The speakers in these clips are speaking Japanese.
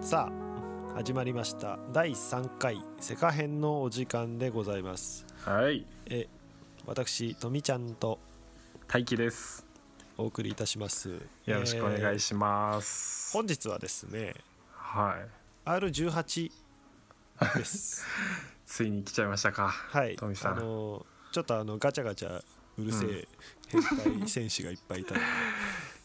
さあ始まりました第3回セカ編のお時間でございますはいえ私とみちゃんと大輝ですお送りいたしますよろしくお願いししま、ます本日はですねはい R18 です ついに来ちゃいましたかはいトミさあんのちょっとあのガチャガチャうるせえ変態戦士がいっぱいいたので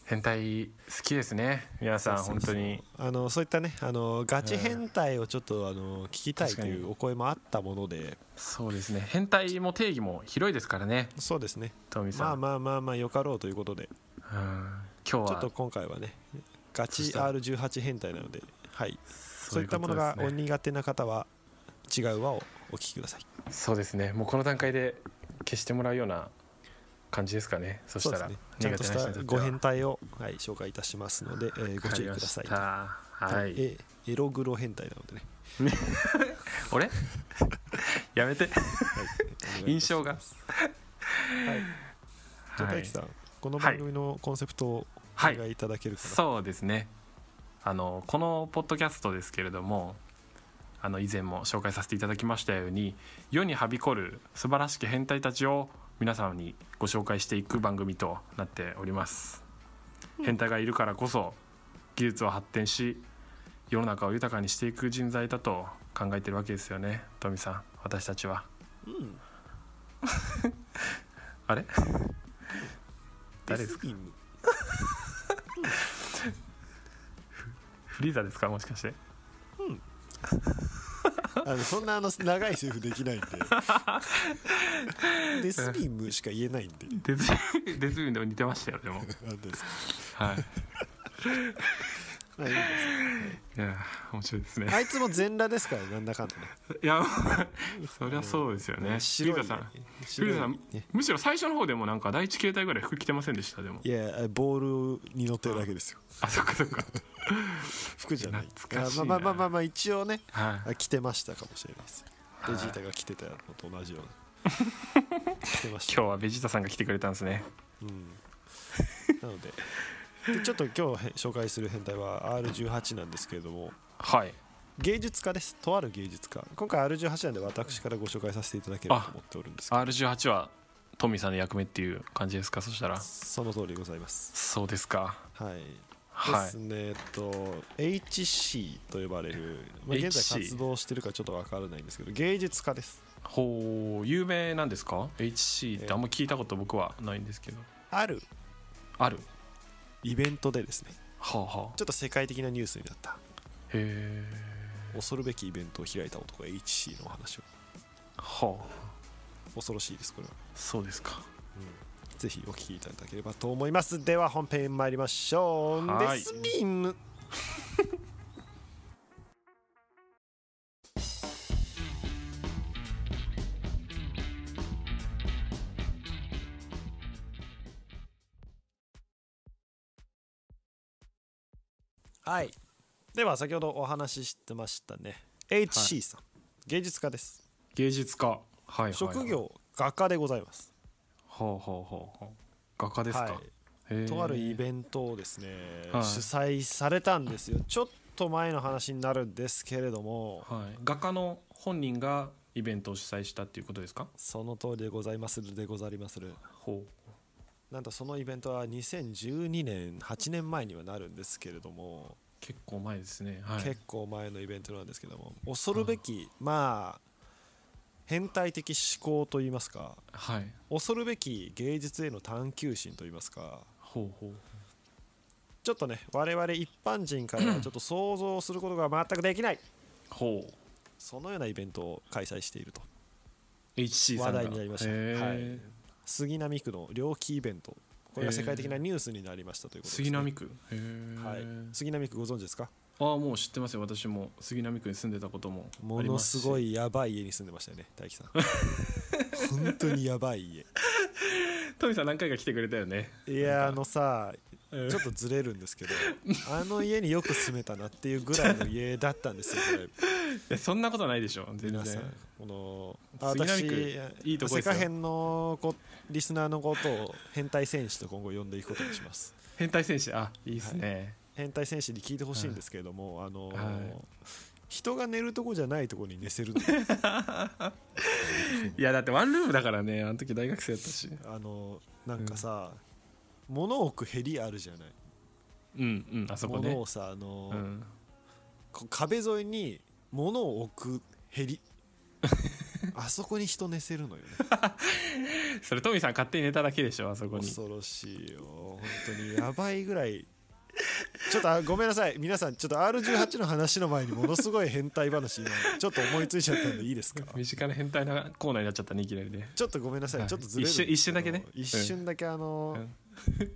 変態好きですね皆さんそうそう本そ当うにあのそういったねあのガチ変態をちょっとあの聞きたい確とかにいうお声もあったものでそうですね変態も定義も広いですからねそうですねトミさんま、あまあまあまあよかろうということでうん今ち日ょっとは今回はねガチそしたら R18 変態なのではいそそういったものがおういうことですね苦手な方は違う輪をお聞きくださいそうですねもうこの段階で消してもらうような感じですかねそしそうたですらねちゃんとし苦手な人たにとってごは変態を、はい、紹介いたしますので、えーご注意くださいわかりましたはいえエログロ変態なのでね、俺 やめてはい、印象がはいじゃあは大い樹さん、この番組のコンセプトをお願いいただけるかな、そうですねあのこのポッドキャストですけれどもあの以前も紹介させていただきましたように世にはびこる素晴らしき変態たちを皆様にご紹介していく番組となっております変態がいるからこそ技術を発展し世の中を豊かにしていく人材だと考えてるわけですよね富さん私たちはうん、 あれ誰デでスすキンフリーザですかもしかしてあのそんなあの長いセリフでき ないんでデスビームしか言えないんでデズデズミンでも似てましたよでもなんですはい まあいいんですいや面白いです ねあいつも全裸ですからなんだかんだいや、 そりゃそうですよ ね。ね白い古ね田さん、白古い田さん、ねむしろ最初の方でもなんか第一形態ぐらい服着てませんでしたでも。いやボールに乗ってるだけですよあ、そっかそっか。服じゃない懐かしいなあまあまあまあまあまあ一応ねはい。あ着てましたかもしれないですベジータが着てたのと同じような 着てました今日はベジータさんが来てくれたんですね。うんなのででちょっと今日へ紹介する変態は R18 なんですけれどもはい。芸術家ですとある芸術家今回 R18 なんで私からご紹介させていただければと思っておるんですけど R18 はトミーさんの役目っていう感じですかそしたら。その通りでございますそうですか。はいではすい。ねえっと HC と呼ばれる、まあ、現 HC 在活動してるかちょっとわからないんですけど芸術家ですほう、有名なんですか ?HC ってあんま聞いたこと僕はないんですけど。あるある。イベントでですねはあはあ。ちょっと世界的なニュースになったへえ。恐るべきイベントを開いた男 HC のお話をはあ。恐ろしいですこれはそうですか。ぜひお聞きいただければと思いますでは本編参りましょうはデいスビームはいでは先ほどお話ししてましたね HC さん、芸術家です芸術家。はいはいはい。職業画家でございますはあはあはあはあ画家ですか、はいへえとあるイベントをですね、はい主催されたんですよちょっと前の話になるんですけれどもはい、画家の本人がイベントを主催したっていうことですかその通りでございまするでござりまするほなんとそのイベントは2012年8年前にはなるんですけれども、結構前ですねはい結構前のイベントなんですけども恐るべき、まあ変態的思考といいますかはい恐るべき芸術への探求心といいますかほうほうちょっとね我々一般人からはちょっと想像することが全くできないほうそのようなイベントを開催していると HC さ話んが題になりました、へはいえ、杉並区の猟奇イベントこれが世界的なニュースになりましたということです、ね杉並区へえ、はい、杉並区ご存知ですかああもう知ってますよ私も杉並区に住んでたこともあもりのますすしごいやばい家に住んでましたよね大樹さん本当にやばい家富さん何回か来てくれた よねいやあのさちうょんっとずれるんですけどあの家によく住めたなっていうぐらいの家だったんですよこえそんなことないでしょれ全皆さ然んこのあ杉並区私いいとこですよ世界編のこリスナーのことを変態戦士と今後呼んでいくことにします変態戦士あいいですね、変態戦士に聞いてほしいんですけれども、あのーはい人が寝るとこじゃないとこに寝せるの いやだってワンルームだからねあの時大学生やったしあのーなんかさ、物置くヘりあるじゃないうんうんあそこ物ねをさ、あのーうんこう壁沿いに物を置くヘ りあそこに人寝せるのよねそれトミーさん勝手に寝ただけでしょあ そこに恐ろしいよ本当にやばいぐらいちょっとあごめんなさい皆さんちょっと R18 の話の前にものすごい変態話今ちょっと思いついちゃったんでいいですか身近な変態なコーナーになっちゃったねいきなりでちょっとごめんなさはいいちょっとずれるんですけど一瞬一瞬だけね一瞬だけあのうん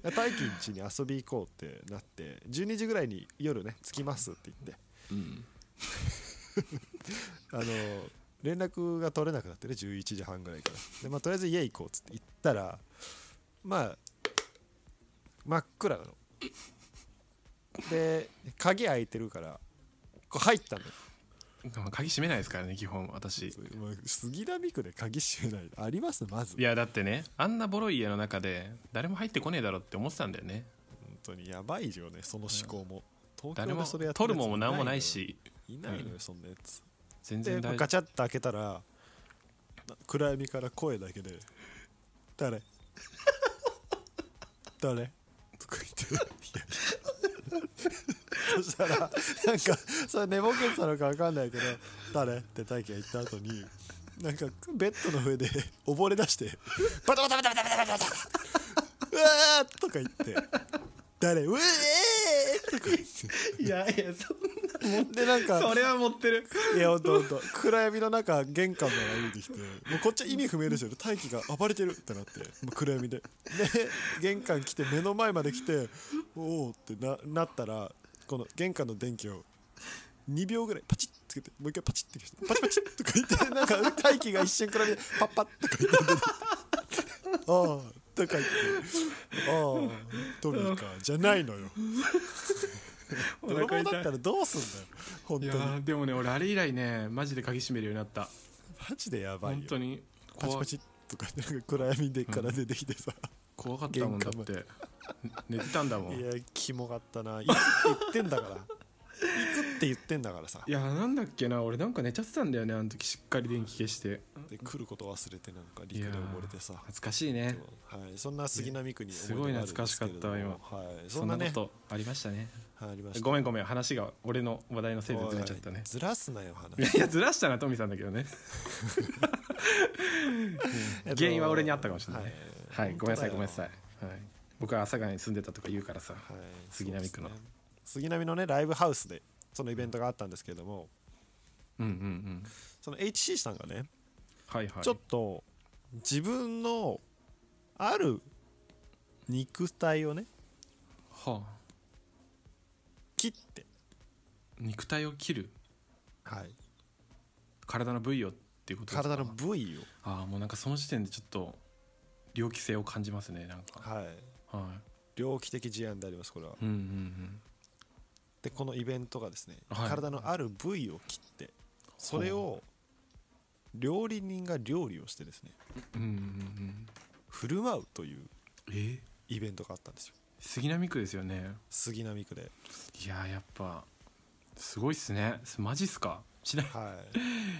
大輝ん家に遊び行こうってなって12時ぐらいに夜ね着きますって言ってうんあの連絡が取れなくなってね11時半ぐらいからで、まあ、とりあえず家行こうっつって行ったらまあ真っ暗なので鍵開いてるからこう入ったのよまあ鍵閉めないですからね基本私いまあ杉並区で鍵閉めないのありますまず本やだってねあんなボロい家の中で誰も入ってこねえだろって思ってたんだよね当にやばいよねその思考も、東誰京もでそれやって取るやつもんも何ものよないしいないのようそんなやつ全で、然まあ大ガチャッと開けたらな暗闇から声だけで「誰誰?」とか言ってそしたらなんかそれ寝ぼけてたのか分かんないけど「誰?」って大輝が言った後になんかベッドの上で溺れ出して「バタバタバタバタバタバタバタ」うわーとか言って「誰うえー!」とか言って。いや いやそんなもでなんかれは持って るいやほんとほんと暗闇の中玄関まで歩いてきてもうこっちは意味不明ですよね大気が暴れてるってなってもう暗闇でで玄関来て目の前まで来ておおってななったらこの玄関の電気を2秒ぐらいパチッつけてもう一回パチッって消してパチパチッとか言ってなんか大気が一瞬暗闇でパッパッとか言って出てきて「ああ」とか言って「ああトミーか」じゃないのよお泥腹棒痛だいったらどうすんだよ本い当やにーでもね俺あれ以来ねマジで鍵閉めるようになったマジでやばいよ本当にパチ怖パチとかなんか暗闇でから出てきてさ、怖かったもんだって寝てたんだもんいいやキモかったないく って言ってんだから行くって言ってんだからさやなんだっけな俺なんか寝ちゃってたんだよねあの時しっかり電気消してで来ること忘れてなんか陸で溺れてさ懐かしいねはい、そんな杉並区にすごい思出があるんですけれども懐かしはい、そそんんななねことありましたねはいありましたごめんごめん話が俺の話題のせいでずれちゃったおねいずらすなよいや話いやずらしたなトミさんだけ どね 原因は俺にあったかもしれない、はい、ごめんなさいごめんなさい、はい、僕は阿佐ヶ谷に住んでたとか言うからさ、はい、杉並区のそうですね杉並のねライブハウスでそのイベントがあったんですけれどもうんうんうんその HC さんがね、はいはいちょっと自分のある肉体をねはあ切って、肉体を切るはい、体の部位をっていうことですか体の部位を、ああもうなんかその時点でちょっと猟奇性を感じますねなんかはい、は猟奇的事案でありますこれはいうんうんうんでこのイベントがですね、はい体のある部位を切ってそれを料理人が料理をしてですねうんうんうん振る舞うというえーイベントがあったんですよ杉並区ですよね杉並区で、いやーやっぱすごいっすねすマジっすかちなみには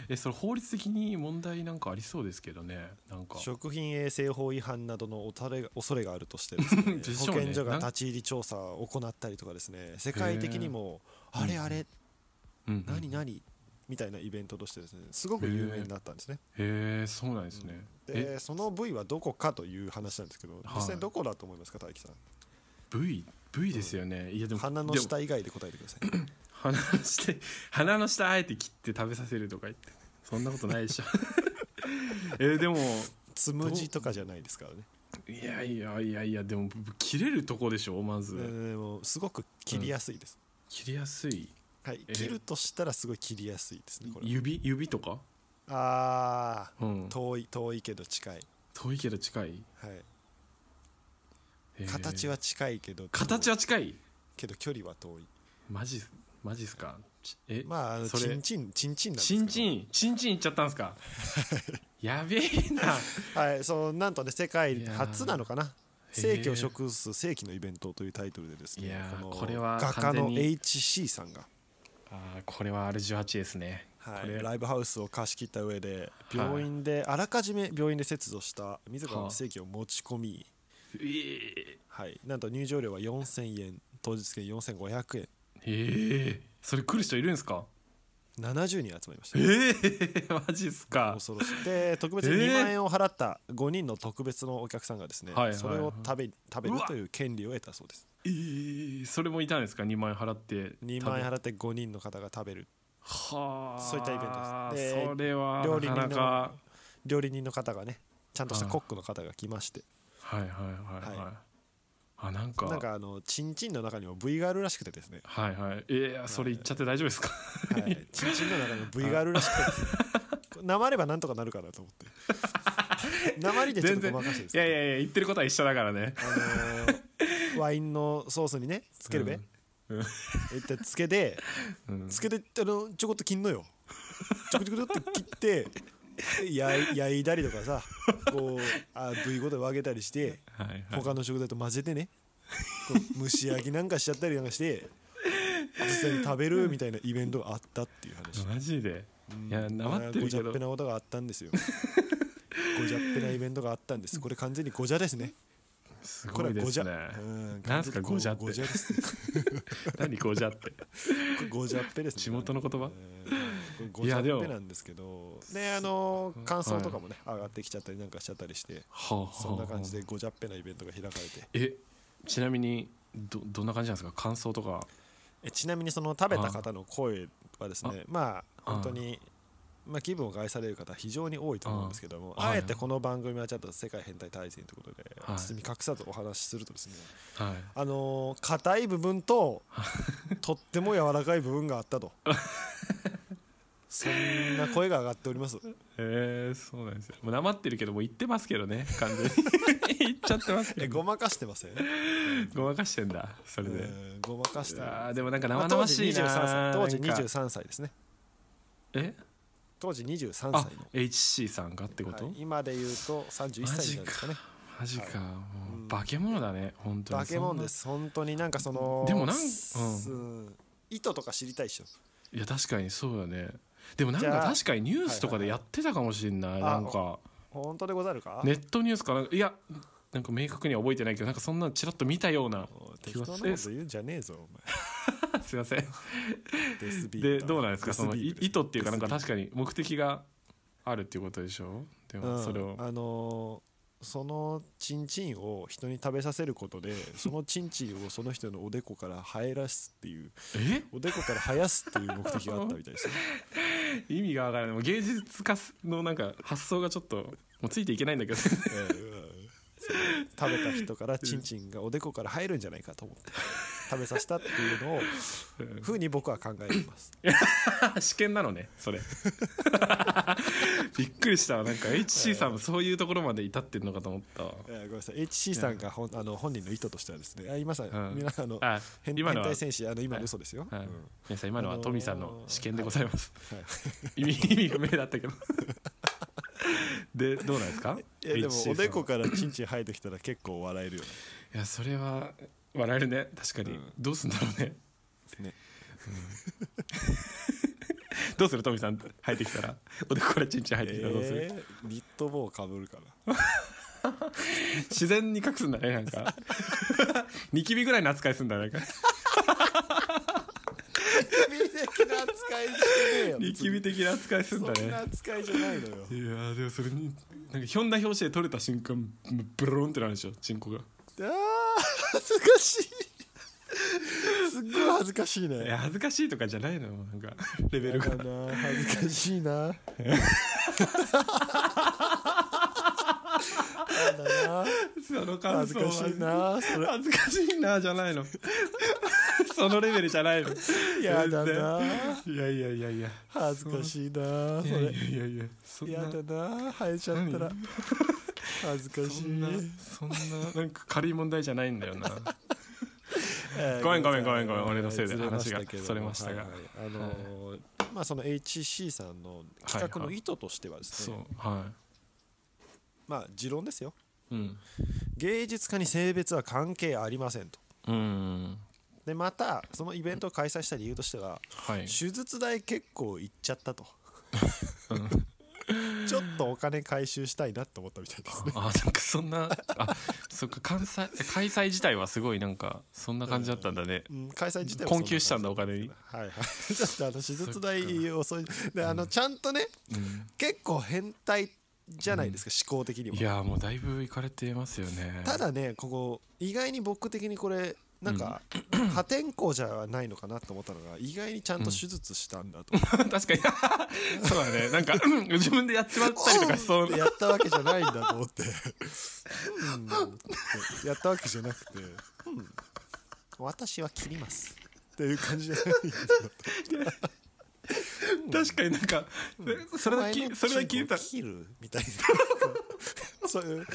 えそれ法律的に問題なんかありそうですけどねなんかい、食品衛生法違反などのおたれ恐れがあるとしてですね でしょ保うね健所が立ち入り調査を行ったりとかですね世界的にもあれあれうんうん何何みたいなイベントとしてですねすごく有名になったんですねへえそうなんですね、えでその部位はどこかという話なんですけどい実際どこだと思いますか大樹さん V V ですよね、いやでも鼻のでも下以外で答えてくださ い鼻の下鼻の下あえて切って食べさせるとか言ってそんなことないでしょ えーでもつむじとかじゃないですからねいやいやいやいやでも切れるとこでしょまず、ででもすごく切りやすいです切りやすいはいえ切るとしたらすごい切りやすいですねこれ指指とか、あうーん、遠い遠いけど近い遠いけど近い、はいえー形は近いけど形はは近いけど距離は遠いマジマジっすかちえまああのそチれンチンチンチンなんですけチどンチンチンチンいっちゃったんすか やべえなはいそうなんとね世界いやー初なのかな世紀を食す世紀のイベント」というタイトルでですいねやーのこれは画家完全のに HC さんが、あーこれは R18 ですねはこい、れライブハウスを貸し切った上で病院で、あらかじめ病院で切除した自らの正規を持ち込み、えーはい、なんと入場料は4000円当日券4500円えーそれ来る人いるんですか70人集まりましたえー、 マジっすか恐ろしいで特別にえー2万円を払った5人の特別のお客さんがですね、はいはいはいそれを食べ食べるという権利を得たそうですえーそれもいたんですか2万円払って2万円払って5人の方が食べるはあそういったイベントですでそれは料理な人かのなか料理人の方がねちゃんとしたはいコックの方が来ましてはいはいはいはい、はいあなんか、なんかあのチンチンの中にも V があるらしくてですね はいはいえー、それ言っちゃって大丈夫ですかはい、チンチンの中にも V があるらしくて ですねこれなまればなんとかなるかなと思ってなまりでちょっ全と然ごまかしてですいねやいやいや言ってることは一緒だからねあのーワインのソースにねつけるべ、うんうんえってつけで、うんつけであのちょこっと切んのよちょこちょこちょこっと切って焼い焼いたりとかさこうあ部位ごと分けたりしてはいはい他の食材と混ぜてねこう蒸し焼きなんかしちゃったりなんかして実際に食べるみたいなイベントがあったっていう話マジでいやなまってごるじゃっけどぺなことがあったんですよごじゃっぺなイベントがあったんですこれ完全にごじゃですねすこごれいはでごじすゃねうんなんすかごじゃってごじゃです 何ごじゃってごじゃっぺですね 地元の言葉えーごいじゃやっでもぺなんですけどであのー感想とかもね上がってきちゃったりなんかしちゃったりしてはあはあそんな感じでごじゃっぺなイベントが開かれてえちなみにどどんな感じなんですか感想とかえちなみにその食べた方の声はですねまああ本当にまあ気分を害される方は非常に多いと思うんですけどもあはいあえてこの番組はちょっと世界変態大戦ということではい包み隠さずお話しするとですねはいあのー硬い部分 ととっても柔らかい部分があったとそんな声が上がっておりますえー、そうなんですよもうなまってるけどもう言ってますけどね完 全に言っちゃってますけえどごまかしてません、ごまかしてんだそれで、うんごまかしてるあーでもなんかまあ生当々時しい23な、歳当時なんか23歳ですねえ当時23歳のあ、HC さんがってこと、はい今で言うと31マ歳ジなんですかねマジか、もううん化け物だね本当に化け物ですす本当になんかそのでもなんす糸とか知りたいでしょいや確かにそうだねでもなんじかゃあ確かにニュースとかではいやはいってたかもしれない、あなんか本当でござるか、ネットニュースかなんかいやなんか明確には覚えてないけどなんかそんなのちらっと見たよう なおい気適が当なすことる言うんじゃねえぞお前すいませんデスビー でだどうなんですかデスそのビーいブです意図っていうかなんかデス確かに目的があるっていうことでしょでビーブもそれうをん、あのーそのチンチンを人に食べさせること でそのチンチンをその人のおでこから生えらすっていうえおでこから生やすっていう目的があったみたい ですね意味がわからないもう芸術家のなんか発想がちょっともうついていけないんだけ どええうんそう食べた人からチンチンがおでこから入るんじゃないかと思って食べさせたっていうのをふうに僕は考えてい ます試験なのねそれ びっくりしたわなんか HC さんもそういうところまで至ってるのかと思ったわええごめんなさい HC さんがほんあの本人の意図としてはですねあ今さ、うん皆さんあのあ変今変のは態戦士あの今の嘘ですよ、はいうん皆さん今のはトミーさんの試験でござ います、はい意味意味不明だったけどでどうなんですかいやでも HC さんおでこからチンチン生えてきたら結構笑えるよねいやそれは笑えるね確かに、うんどうすんだろうねねどうするトミさん入ってきたらおでこからチンチン入ってきたらどうする、えーニット帽かぶるかな自然に隠すんだねな んかニキビぐらいの扱いすんだねなんかニキビ的な扱いしてねえよニキビ的な扱いすんだそんねな扱いじゃないのよいやーでもそれになんかひょんな表紙で取れた瞬間もうブローンってなるでしょチンコがあー恥ずかしいすっごい恥ずかしいねいや恥ずかしいとかじゃないのなんかレベルやがだな恥ずかしいなやだなその感恥ず想かはしいなそれ恥ずかしいなじゃ ないのそのレベルじゃないのやだないやいやいやいや恥ずかしいなそいやいやれいやいやそんなやだな生えちゃったら恥ずかしそいんなそんななんか軽い問題じゃないんだよなえーごめんごめんさいごめんごめん俺のせいでずれました話がけどそれましたがはいはいあのーまあその HC さんの企画の意図としてはですそうねはまあ持論ですようん芸術家に性別は関係ありませんとうんでまたそのイベントを開催した理由としては はい手術代結構いっちゃったとちょっとお金回収したいなって思ったみたいですねあなんかそんなあそっか関西開催自体はすごいなんかそんな感じだったんだねうん、開催自体は困窮したんだお金にはいはいだってあの手術代をそういうであのちゃんとね、結構変態じゃないですか、思考的にもいやーもうだいぶいかれてますよねただねここ意外に僕的にこれなんか、破天荒じゃないのかなと思ったのが意外にちゃんと手術したんだと、 確かに そうだねなんか、うん自分でやってもらったりとかしそうやったわけじゃないんだと思って、うん、やったわけじゃなくて、うん私は切りますっていう感 じじゃないんだ確かになんか、それだけそれだけ聞いたお前のチームを切るみたい なそういう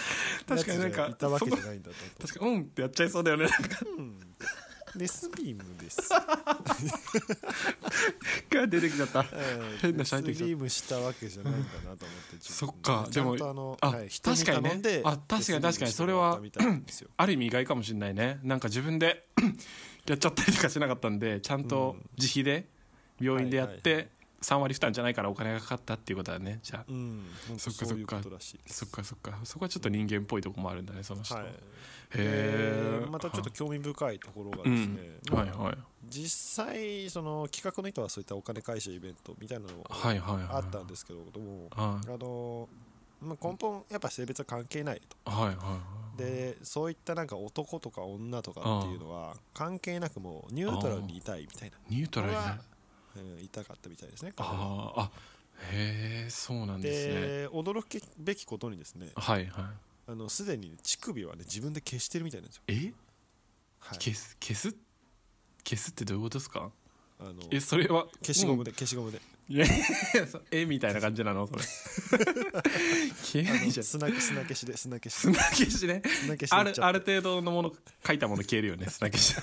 確かになんかやつじゃいたわけじゃないんだと思って確かにうんってやっちゃいそうだよねなんかレスビームです出てきちゃった変な人入ってきちスゃっリームしたわけじゃないんだなと思ってたそっかででももちゃんとあのあはい人に確か頼にんでねあ確かに確かにそれはレスリングしてもらったみたいなんですよ ある意味意外かもしれないねなんか自分で やっちゃったりとかしなかったんでちゃんと自費で病院でやっはいはいて3割負担じゃないからお金がかかったっていうことだねじゃあうん本当そっかそういうそこっかとらしいですそっかそっかそこはちょっと人間っぽいとこもあるんだねその人はいへええーまたちょっと興味深いところがうですねん、まあはいはい実際その企画の人はそういったお金回収イベントみたいなのもはいはいはいあったんですけどもはあのまあ根本やっぱ性別は関係ないといはいはいはいでそういったなんか男とか女とかっていうのは関係なくもうニュートラルにいたいみたいなニュートラルねはうん、痛かったみたいですね。彼はあーあへえそうなんですねで驚くべきことにですねはいはいあのすでにね乳首はね自分で消してるみたいなんですよ。えはい、消す消す消すってどういうことですかあのえそれは消しゴムでで消しゴムで いやいやそえみたいな感じなのそれ 消えあないのじゃん砂砂消しで砂消し砂消しね砂消しあでいっるちゃあってる程度のもの書いたもの消えるよね砂 消し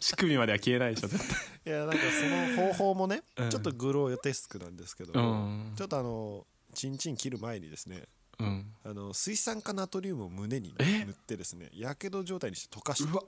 乳首までは消えないでしょ絶対いやなんかその方法もね、うんちょっとグローテスクなんですけど、うんちょっとあのチンチン切る前にですねうんあの水酸化ナトリウムを胸にえ塗ってですねやけど状態にして溶かしてうわ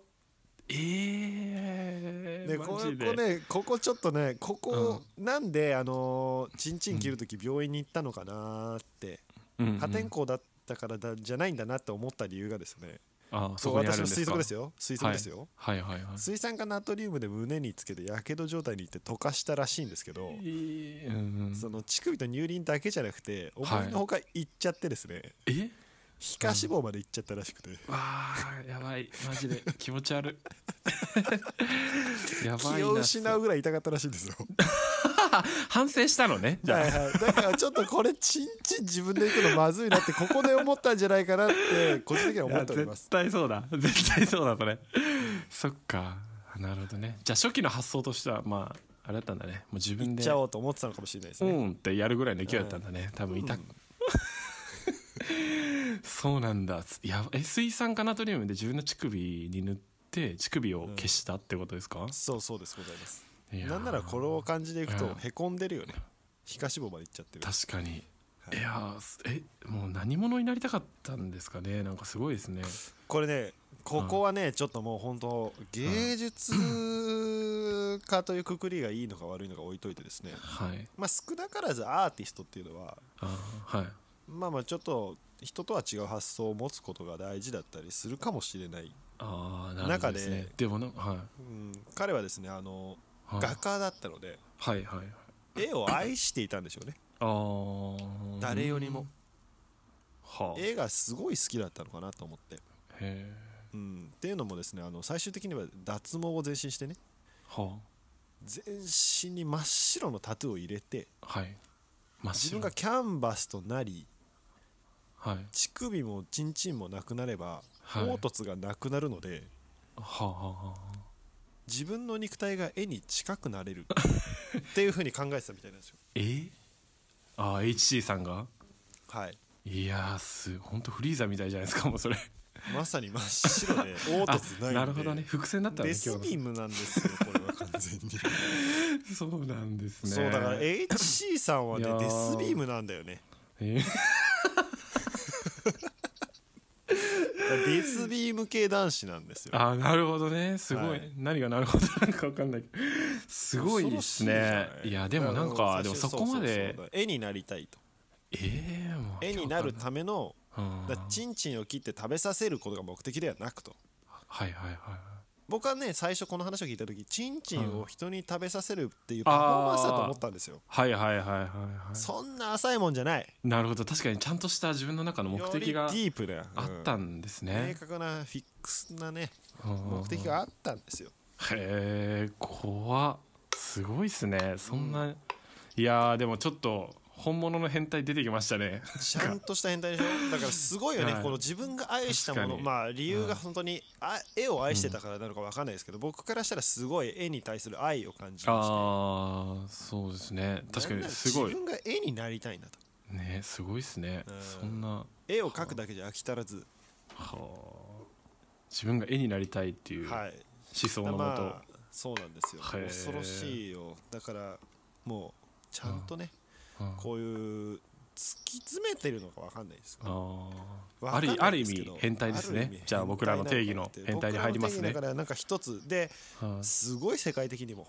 えでー、こマこジでねここちょっとねここ、なんであのーチンチン切るとき病院に行ったのかなーって、うんうん破天荒だったからだじゃないんだなって思った理由がですねあそこにある私んのです推か測ですよ推測ですよ、はい、はいはいはい水酸化ナトリウムで胸につけてやけど状態にいって溶かしたらしいんですけど、えーうんうんその乳首と乳輪だけじゃなくて思いのほかいっちゃってですね、え皮下脂肪までいっちゃったらしくて、わあやばいマジで気持ち悪 いやばいな気を失うぐらい痛かったらしいんですよ反省したのねじゃあはいはい、だからちょっとこれチンチン自分で行くのまずいなってここで思ったんじゃないかなって個人的には思っております絶対そうだ 絶対そうだそれそっかなるほどねじゃあ初期の発想としてはまああれだったんだねもう自分行っでちゃおうと思ってたのかもしれないですうね、んってやるぐらいの勢いだったんだね多分痛く、 そうなんだいやえ水酸化ナトリウムで自分の乳首に塗って乳首を消したってことですか、そうそうですございますいやーなんならこれを感じでいくとうんへこんでるよね皮下脂肪までいっちゃってる確かに、い、やーすえもう何者になりたかったんですかねなんかすごいですねこれねここはねちょっともう本当芸術家というくくりがいいのか悪いのか置いといてですねはいまあ少なからずアーティストっていうのはあーはいまあまあちょっと人とは違う発想を持つことが大事だったりするかもしれないああなるほどですね中でもなはいうん彼はですねあのはい画家だったのではいはい絵を愛していたんでしょうねあー誰よりもはあへ絵がすごい好きだったのかなと思って、えうん、っていうのもですねあの最終的には脱毛を全身してねは全身に真っ白のタトゥーを入れてあはい真っ自白分がキャンバスとなりはい乳首もチンチンもなくなればはい凹凸がなくなるので、はあはあはあ自分の肉体が絵に近くなれるっていうふうに考えてたみたいなんですよえー、ああ HC さんがはいいやーす本当フリーザみたいじゃないですかもうそれまさに真っ白で凹凸ないの あでなるほどね伏線だったんデですス今ビ日ームなんですよこれは完全 にの そうなんですねそうだから HC さんはねいやーデスビームなんだよねえーデスビーム系男子なんですよあーなるほどねすごい、はい何がなるほどなんかわかんないけどすごいですね恐ろしいじゃやでもなんだらかでも最そ初こまでうそうそう絵になりたいとええもう絵になるためのうんだからチンチンを切って食べさせることが目的ではなくとはいはいはい僕はね最初この話を聞いた時チンチンを人に食べさせるっていうパフォーマンスだと思ったんですよはいはいはいはいはいそんな浅いもんじゃないなるほど確かにちゃんとした自分の中の目より的デがィープなあったんですうん明ね、確なフィックスなねうん目的があったんですよへえ怖っすごいっすねそんな、いやーでもちょっと本物の変態出てきましたねちゃんとした変態でしょだからすごいよねはいこの自分が愛したも確のかにまあ理由が本当にあ絵を愛してたからなのか分かんないですけど僕からしたらすごい絵に対する愛を感じましたああそうですね確かにすごいなんなら自分が絵になりたいんだとねすごいっすね、うんそんな絵を描くだけじゃ飽き足らずはあ自分が絵になりたいっていう思はい想のもと、まあそうなんですよへー恐ろしいよだからもうちゃんとねうんこういう突き詰めてるのか分かんないですあーわあかんりなあいる意ですけ味ど変態ですある意味ねじゃあ僕らの定義の変態に入りますね僕らの定義だからなんか一つではい、すごい世界的にも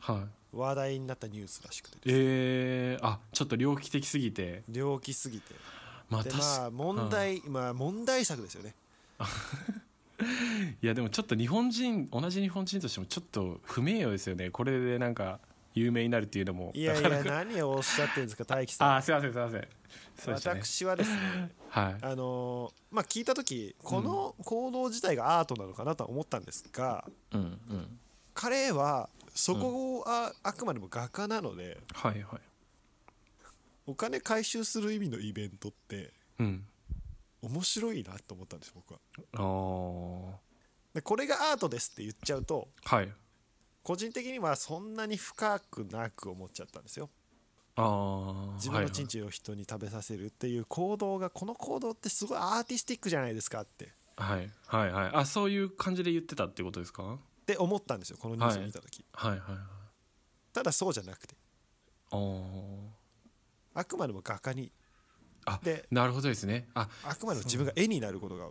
はい、話題になったニュースらしくてですねえー、あちょっと猟奇的すぎて猟奇すぎてまあで確まかあ問題まあ問題作ですよねいやでもちょっと日本人同じ日本人としてもちょっと不名誉ですよねこれでなんか有名になるっていうのもいやいなかなやか何をおっしゃってるんですか大樹さん あーすいませんすいませんそうでしたね私はです ねはいあのーまあ聞いた時この行動自体がアートなのかなとは思ったんですが、うんうん彼はそこはあくまでも画家なのではいはいお金回収する意味のイベントってうん面白いなと思ったんです僕はあーでこれがアートですって言っちゃうとはい個人的にはそんなに深くなく思っちゃったんですよあー自分のチンチチンを人に食べさせるっていう行動がこの行動ってすごいアーティスティックじゃないですかってはいはいはいあそういう感じで言ってたってことですかはいって思ったんですよこのニュースを見た時、はいはいただそうじゃなくてあーあくまでも画家にあでなるほどですねああくまでも自分が絵になることが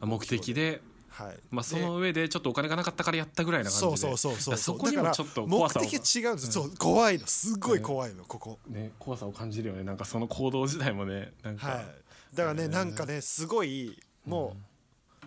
目的ではいまあその上でちょっとお金がなかったからやったぐらいな感じでそうそうそうそうだからそこにもちょっと怖さをだから目的が違うんですよ、そう怖いのすごい怖いのここね、怖さを感じるよねなんかその行動自体もねなんか、はいだからね、なんかねすごいもう、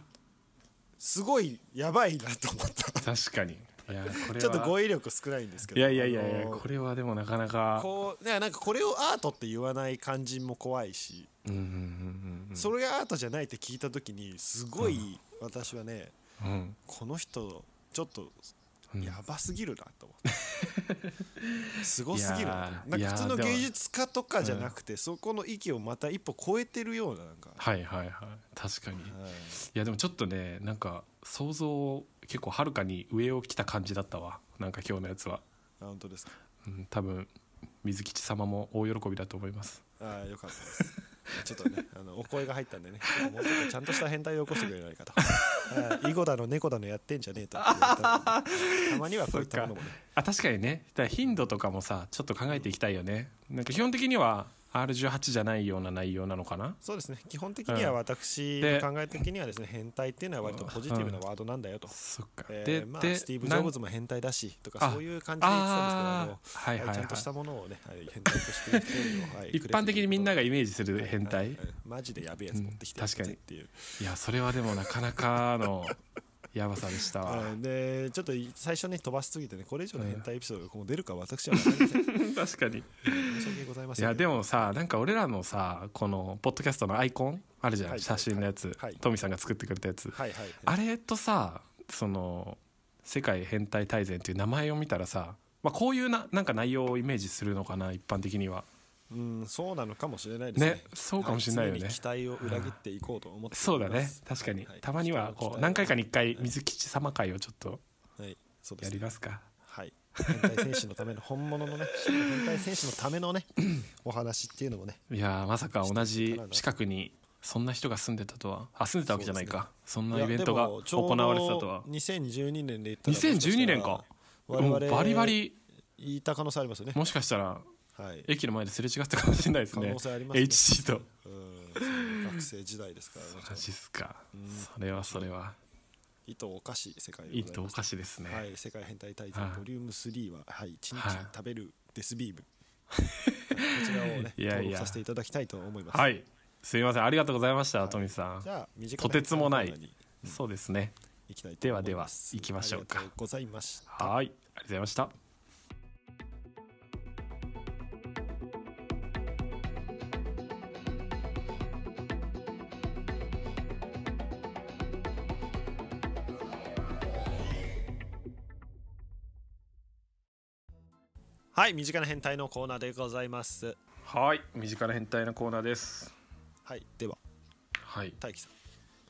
すごいやばいなと思った確かにいやこれはちょっと語彙力少ないんですけどいやいやいやいやあのーこれはでもなかなかこうねなんかこれをアートって言わない感じも怖いし、うんうんうんそれがアートじゃないって聞いた時にすごい私はねうんうんこの人ちょっとうんやばすぎるなと思 って、すごすぎるないやーなんか普通のいやーでも芸術家とかじゃなくて、そこの域をまた一歩超えてるようななんか、はいはいはい確かにいやでもちょっとねなんか想像を結構はるかに上を来た感じだったわなんか今日のやつは、あ本当ですかうん、多分水吉様も大喜びだと思いますあーよかったですちょっとねあのお声が入ったんで ねもうちょっとちゃんとした変態を起こしてくれないかとはい囲碁だの猫だのやってんじゃねえとって言われたんでたまにはこういったものもねあ確かにねだから頻度とかもさちょっと考えていきたいよねなんか基本的には R18 じゃないような内容なのかなそうですね基本的には私での考え的にはですね変態っていうのは割とポジティブなワードなんだよと、そっか、えーで、まあでスティーブ・ジョブズズも変態だしとかあそういう感じで言ってたんですけどああのあはいはいははいいちゃんとしたものをね、はい、変態として言ってるのを、はい、 一般的にみんなががイメージする変 態、いマジでやべえやつ持ってきてうやんった確かぜにっていう、やそれはでもなかなかのやばさでしたわ、はいでちょっと最初に飛ばしすぎてねこれ以上の変態エピソードが今後出るか私は分かりません確かにい申し訳ございませんやでももさなんか俺らのさこのポッドキャストのアイコンあるじゃん、はい写真のやつ、はいトミさんが作ってくれたやつ、はいはいあれとさその「世界変態大全」っていう名前を見たらさ、まあ、こういうななんか内容をイメージするのかな一般的にはうんそうなのかもしれないですねねそうかもしれないよはね常に期待を裏切っていこうと思ってそうだおりまねす確かに、はいたまに人はの期こ待うを何回かに1回水吉様会をちょっとはいそうでやすねりますか、はい、変態選手のための本物のね 変態選手のため のねお話っていうのもねいやーまさか同じ近くにそんな人が住んでたとはあ住んでたわけじゃないかそ,、んなイベントいがやでもちょう行どわれてたとは2012年で言ったら2012年か我々もうバリバリ言いた可能性ありますよねもしかしたらはい駅の前ですれ違ったかもしれないですね可能性ありますね HC とうんそう学生時代ですからねマジっすかそれはそれはいとおかしい世界いでいござといおますかしいですね、はい、世界変態大は全いボリューム3は、はい、一日はい食べるデス ビーム、はいこちらをね、いやいや登録させていただきたいと思います。はい。すいません。ありがとうございました、いトミさんじ。ゃあ、短とてつもないコーナーにそうですね。行きたいと思いますではでは行きましょうかありがとございました。はい。ありがとうございました。はい、身近な変態のコーナーでございます。はい。身近な変態のコーナーです。はい、では、はい。大輝さん、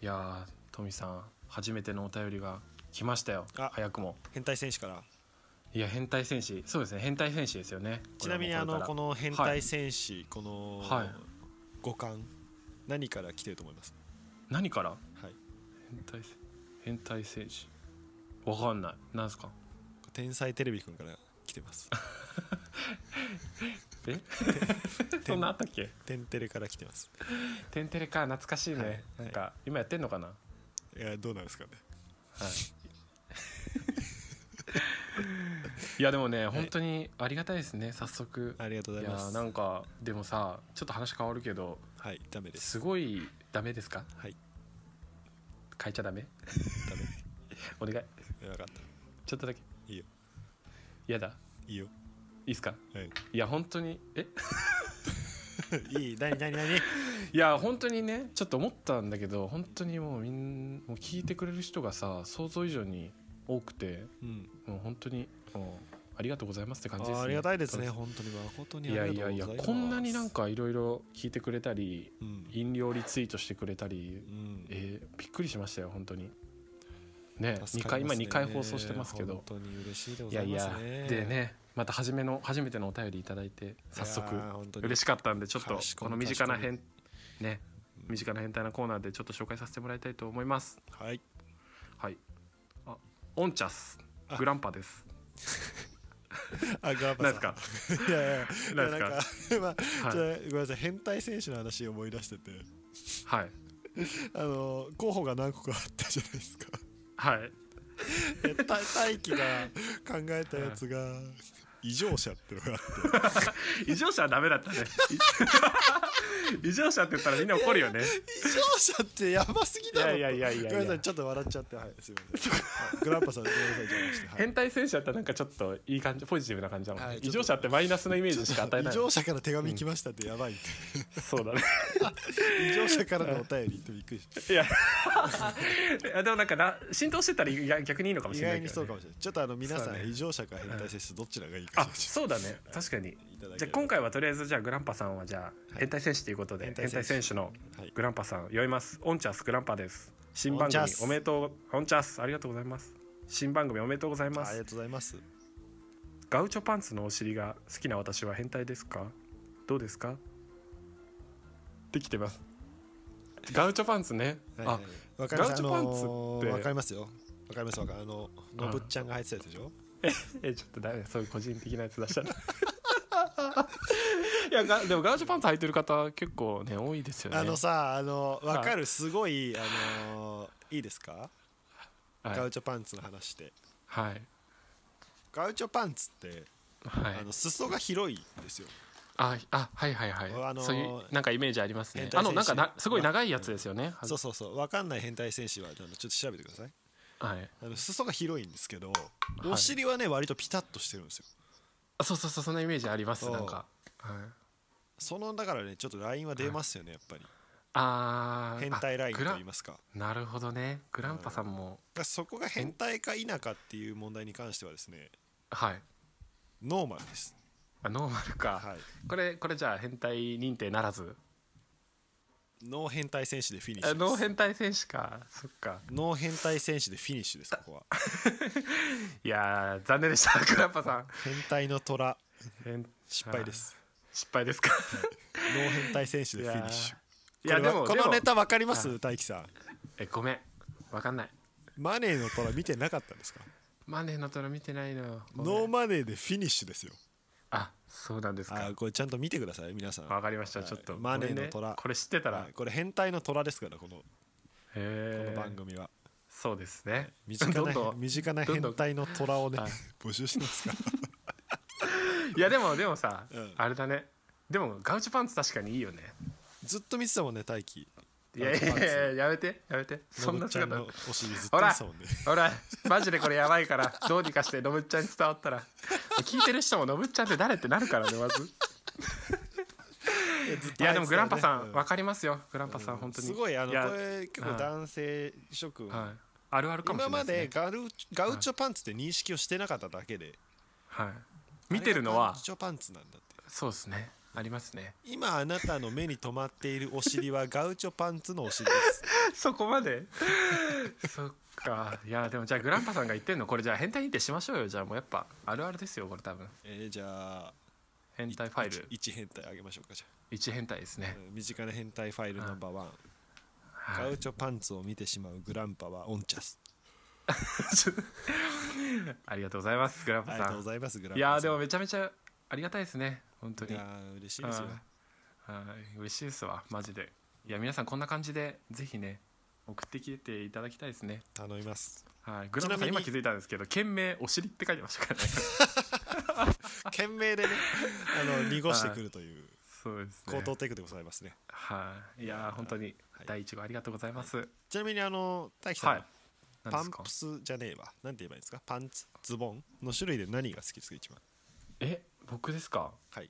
いやー、トミさん、初めてのお便りが来ましたよ。あ早くも。変態選手から。いや、変態戦士。そうですね。変態戦士ですよね。ちなみに、あれはの、もうこれの変態戦士、この、はい五感、何から来てると思いますから何からはい。変態せ、変態戦士。わかんない。なんですか天才テレビくんから来て ます。え そんなあったっけ天テレから来てます。テンテレか。懐かしいね。はいはいなんか、今やってんのかな いや、どうなんですかね。いやでもね、本当にありがたいですね早速ありがとうごいざいやます。ーなんかでもさちょっと話変わるけどはい、ダメです。すごいダメですかはい、変えちゃダメダメ。お願い分かったちょっとだけいいよやだいいよいいっすかはいや本当にえ いいい何何何いや本当にねちょっと思ったんだけど本当にもうみんもう聞いてくれる人がさ想像以上に多くてうんもう本当にもうありがとうございますって感じですあねありがたいですね本当に誠にいあやりいがとやうございまいやすこんなになんかいろいろ聞いてくれたりうん飲料リツイートしてくれたりうんえー、びっくりしましたよ本当にね助二か回り今ますね2回放送してますけど本当に嬉しいでごいざやいいますやねでねまた初めの初めてのお便りいただいて早速嬉ししかったんでちょっと賢いこの身近な賢変ね身近な変態なコーナーでちょっと紹介させてもらいたいと思いますはいはいあオンチャスあグランパですあガーパ何でさす かんいやいやいやなんなんかまあはいじゃあごめんなさい変態選手の話思い出しててはいあの候補が何個かあったじゃないですかはいでた大輝が考えたやつが異常者ってのがあって異常者はダメだった ね異常者って言ったらみんな怒るよね異常者ってやばすぎだろいやいやいやいやいやごめんなさいちょっと笑っちゃってはいすいま せんはいグランパさんごめんなさい邪魔して、はい変態戦士だったらなんかちょっといい感じポジティブな感じだもんね、はい異常者ってマイナスのイメージしか与えな異い常者から手紙来ましたってやばい、そうだね異常者からのお便りってびっくりしたいやいやでもなんかな浸透してたらいや逆にいいのかもし意れない外けにそうかどね、もしれないちょっとあの皆そさ、うんだね異常者か変態接種どっちらがいいかあちょっそうだね確かにといただけじれゃあば今回はとりあえずじゃあグランパさんはじゃあ変態戦士ということで、変態変戦態士戦士のはいグランパさん呼びますオンチャスグランパです新オ番ン組チャスおめでとうオンチャスありがとうございます新番組おめでとうございまありすがとうございますガウチョパンツのお尻が好きな私は変態ですかどうですかできてますガウチョパンツね、はいはいわかりますガウチョパンツってあのーわかりますよわかりますわかりますあののぶっちゃんが入ってたやつでしょあえちょっとダメだそういう個人的なやつ出しちゃった いやがでもガウチョパンツ履いてる方結構ね多いですよねあのさあのわかはるすごいあのーいいですかはいガウチョパンツの話ではいガウチョパンツってはいあの裾が広いんですよ。ああはいはいはい、あのーそういうなんかイメージありますね変態あ戦の士なんかなすごい長いやつですよね、そうそうそう。わかんない変態戦士はあのちょっと調べてください。はいあの裾が広いんですけど、お尻はね割とピタッとしてるんですよ。あそうそうそうそんなイメージありますそうなんか、はい、そのだからねちょっとラインは出ますよねやっぱり。あー変態ラインあとグラ言いますか。なるほどねグランパさんも、だからそこが変態か否かっていう問題に関してはですね、はいノーマルです。あノーマルか、はい。これこれじゃあ変態認定ならずノー変態戦士でフィニッシあュです。ノー変態選手かそっかノー変態戦士でフィニッシュですここは。いやー残念 でしたグランパさん変態の虎変失敗です。失 敗ですかノー変態戦士でフィニッシュ。いやこれではもこでのもネタわかります大樹さん。えごめんわかんないマネーの虎見てなかったんですかマネーの虎見てないのよごめんノーマネーでフィニッシュですよあそうなんですあかーこれちゃんと見てください皆さんわかりました、はいちょっとマネーこのれね虎これ知ってたら、はいこれ変態の虎ですからこのこへのえ番組はそうですね身近どなん どん身近な変態の虎をねはい募集してますか いやでもでもさ、うんあれだねでもガウチパンツ確かにいいよねらずっと見てたもんね大輝いやガウいチパンツやいややめてやめてそのんぶなっちゃん姿のお尻ずっと見てたもんねほらマジでこれやばいからどうにかしてのぶっちゃんに伝わったら聞いてる人ものぶっちゃんって誰ってなるからねまずいやでもグランパさんわかりますよグランパさん本当にすごいあのやこれ結構男性諸君はい、あるあるかもし今まれないです、でね、ガルガウチョパンツって認識をしてなかっただけではい、見てるのあれがガはウチョパンツなんだってそうですねありま すね今あなたの目に留まっているお尻はガウチョパンツのお尻です そこまで そっかいやでもじゃあグランパさんが言ってんのこれじゃあ変態認定しましょうよじゃあもうやっぱあるあるですよこれ多分えー、じゃあ変態ファイル1変態あげましょうかじゃ一変態ですあね、うん身近な変態ファイルナンバーワンガはウチョパンツを見てしまうグランパはオンチャスい、ありがとうございますグランあパりがさとうんございますグランいパやさんーでもめちゃめちゃありがたいですね本当いにやー嬉しいですよはいはい嬉しいですわマジでいや皆さんこんな感じでぜひね送ってきていただきたいですね頼みますはいグランパさんちなみ今に気づいたんですけど件名お尻って書いてましたからね 懸命 でねあの濁してくるというそうですね高等テクでございますねはい、いやー本当に第一号ありがとうございますはい、ちなみにあの大輝さん、何パですンかプスじゃねえわなんて言えばいいんですかパンツズボンの種類で何が好きですか一番え僕ですかはい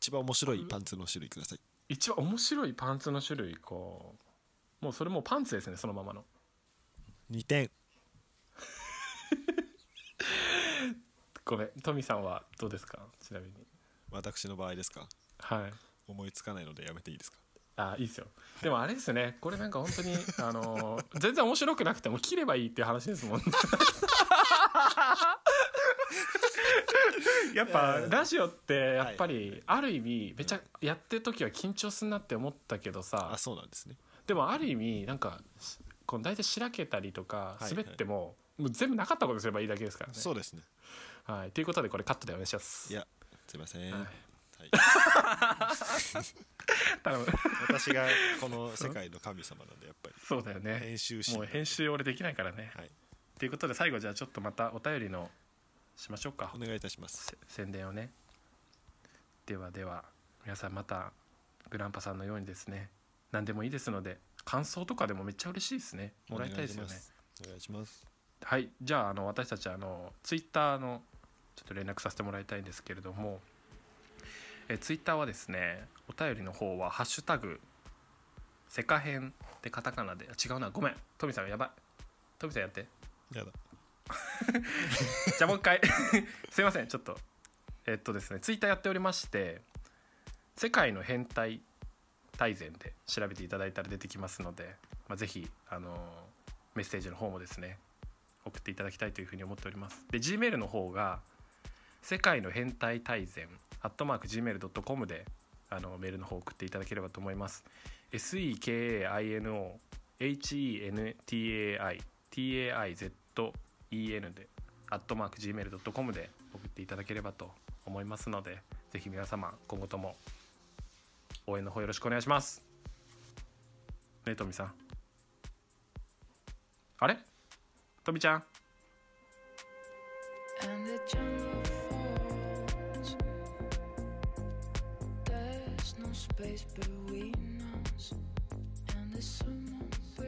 一番面白いパンツの種類ください一番面白いパンツの種類かもうそれもうパンツですねそのままの2点ごめんトミさんはどうですかちなみに私の場合ですかはい思いつかないのでやめていいですかあいいですよでもあれですねこれなんか本当にあのー全然面白くなくても切ればいいっていう話で すもんやっぱラジオってやっぱりある意味めっちゃやってる時は緊張すんなって思ったけどさあそうなんですねでもある意味なんかしこの大体しらけたりとかはい滑ってももう全部なかったことすればいいだけですからね。そうですねはい、ということでこれカットでお願いしまいす。やすいません、ははいい、頼む私がこの世界の神様なんでやっぱり そうだよね編集しもう編集俺できないからね。はいということで最後じゃあちょっとまたお便りのしましょうかお願いいたしますせ宣伝をねではでは皆さんまたグランパさんのようにですね何でもいいですので感想とかでもめっちゃ嬉しいですねもらいたいですよねお願いしますはいじゃああの私たちあのツイッターのちょっと連絡させてもらいたいんですけれどもえツイッターはですねお便りの方は「ハッシュタグセカヘン」でカタカナであ違うなごめんトミさんやばいトミさんやってお願いしますやだじゃあもう一回 すいませんちょっとえっとですねツイッターやっておりまして「世界の変態大全」で調べていただいたら出てきますので、まあ、ぜひあのメッセージの方もですね送っていただきたいというふうに思っておりますで Gmail の方が「世界の変態大全」「アットマーク Gmail.com」であのメールの方送っていただければと思います SEKAINO HENTAI TAIZEN でアットマーク Gmail.com で送っていただければと思いますのでぜひ皆様今後とも応援の方よろしくお願いしますねとみさんあれとみちゃん And the jungle falls. There's no space between us. And the summer breeze oh,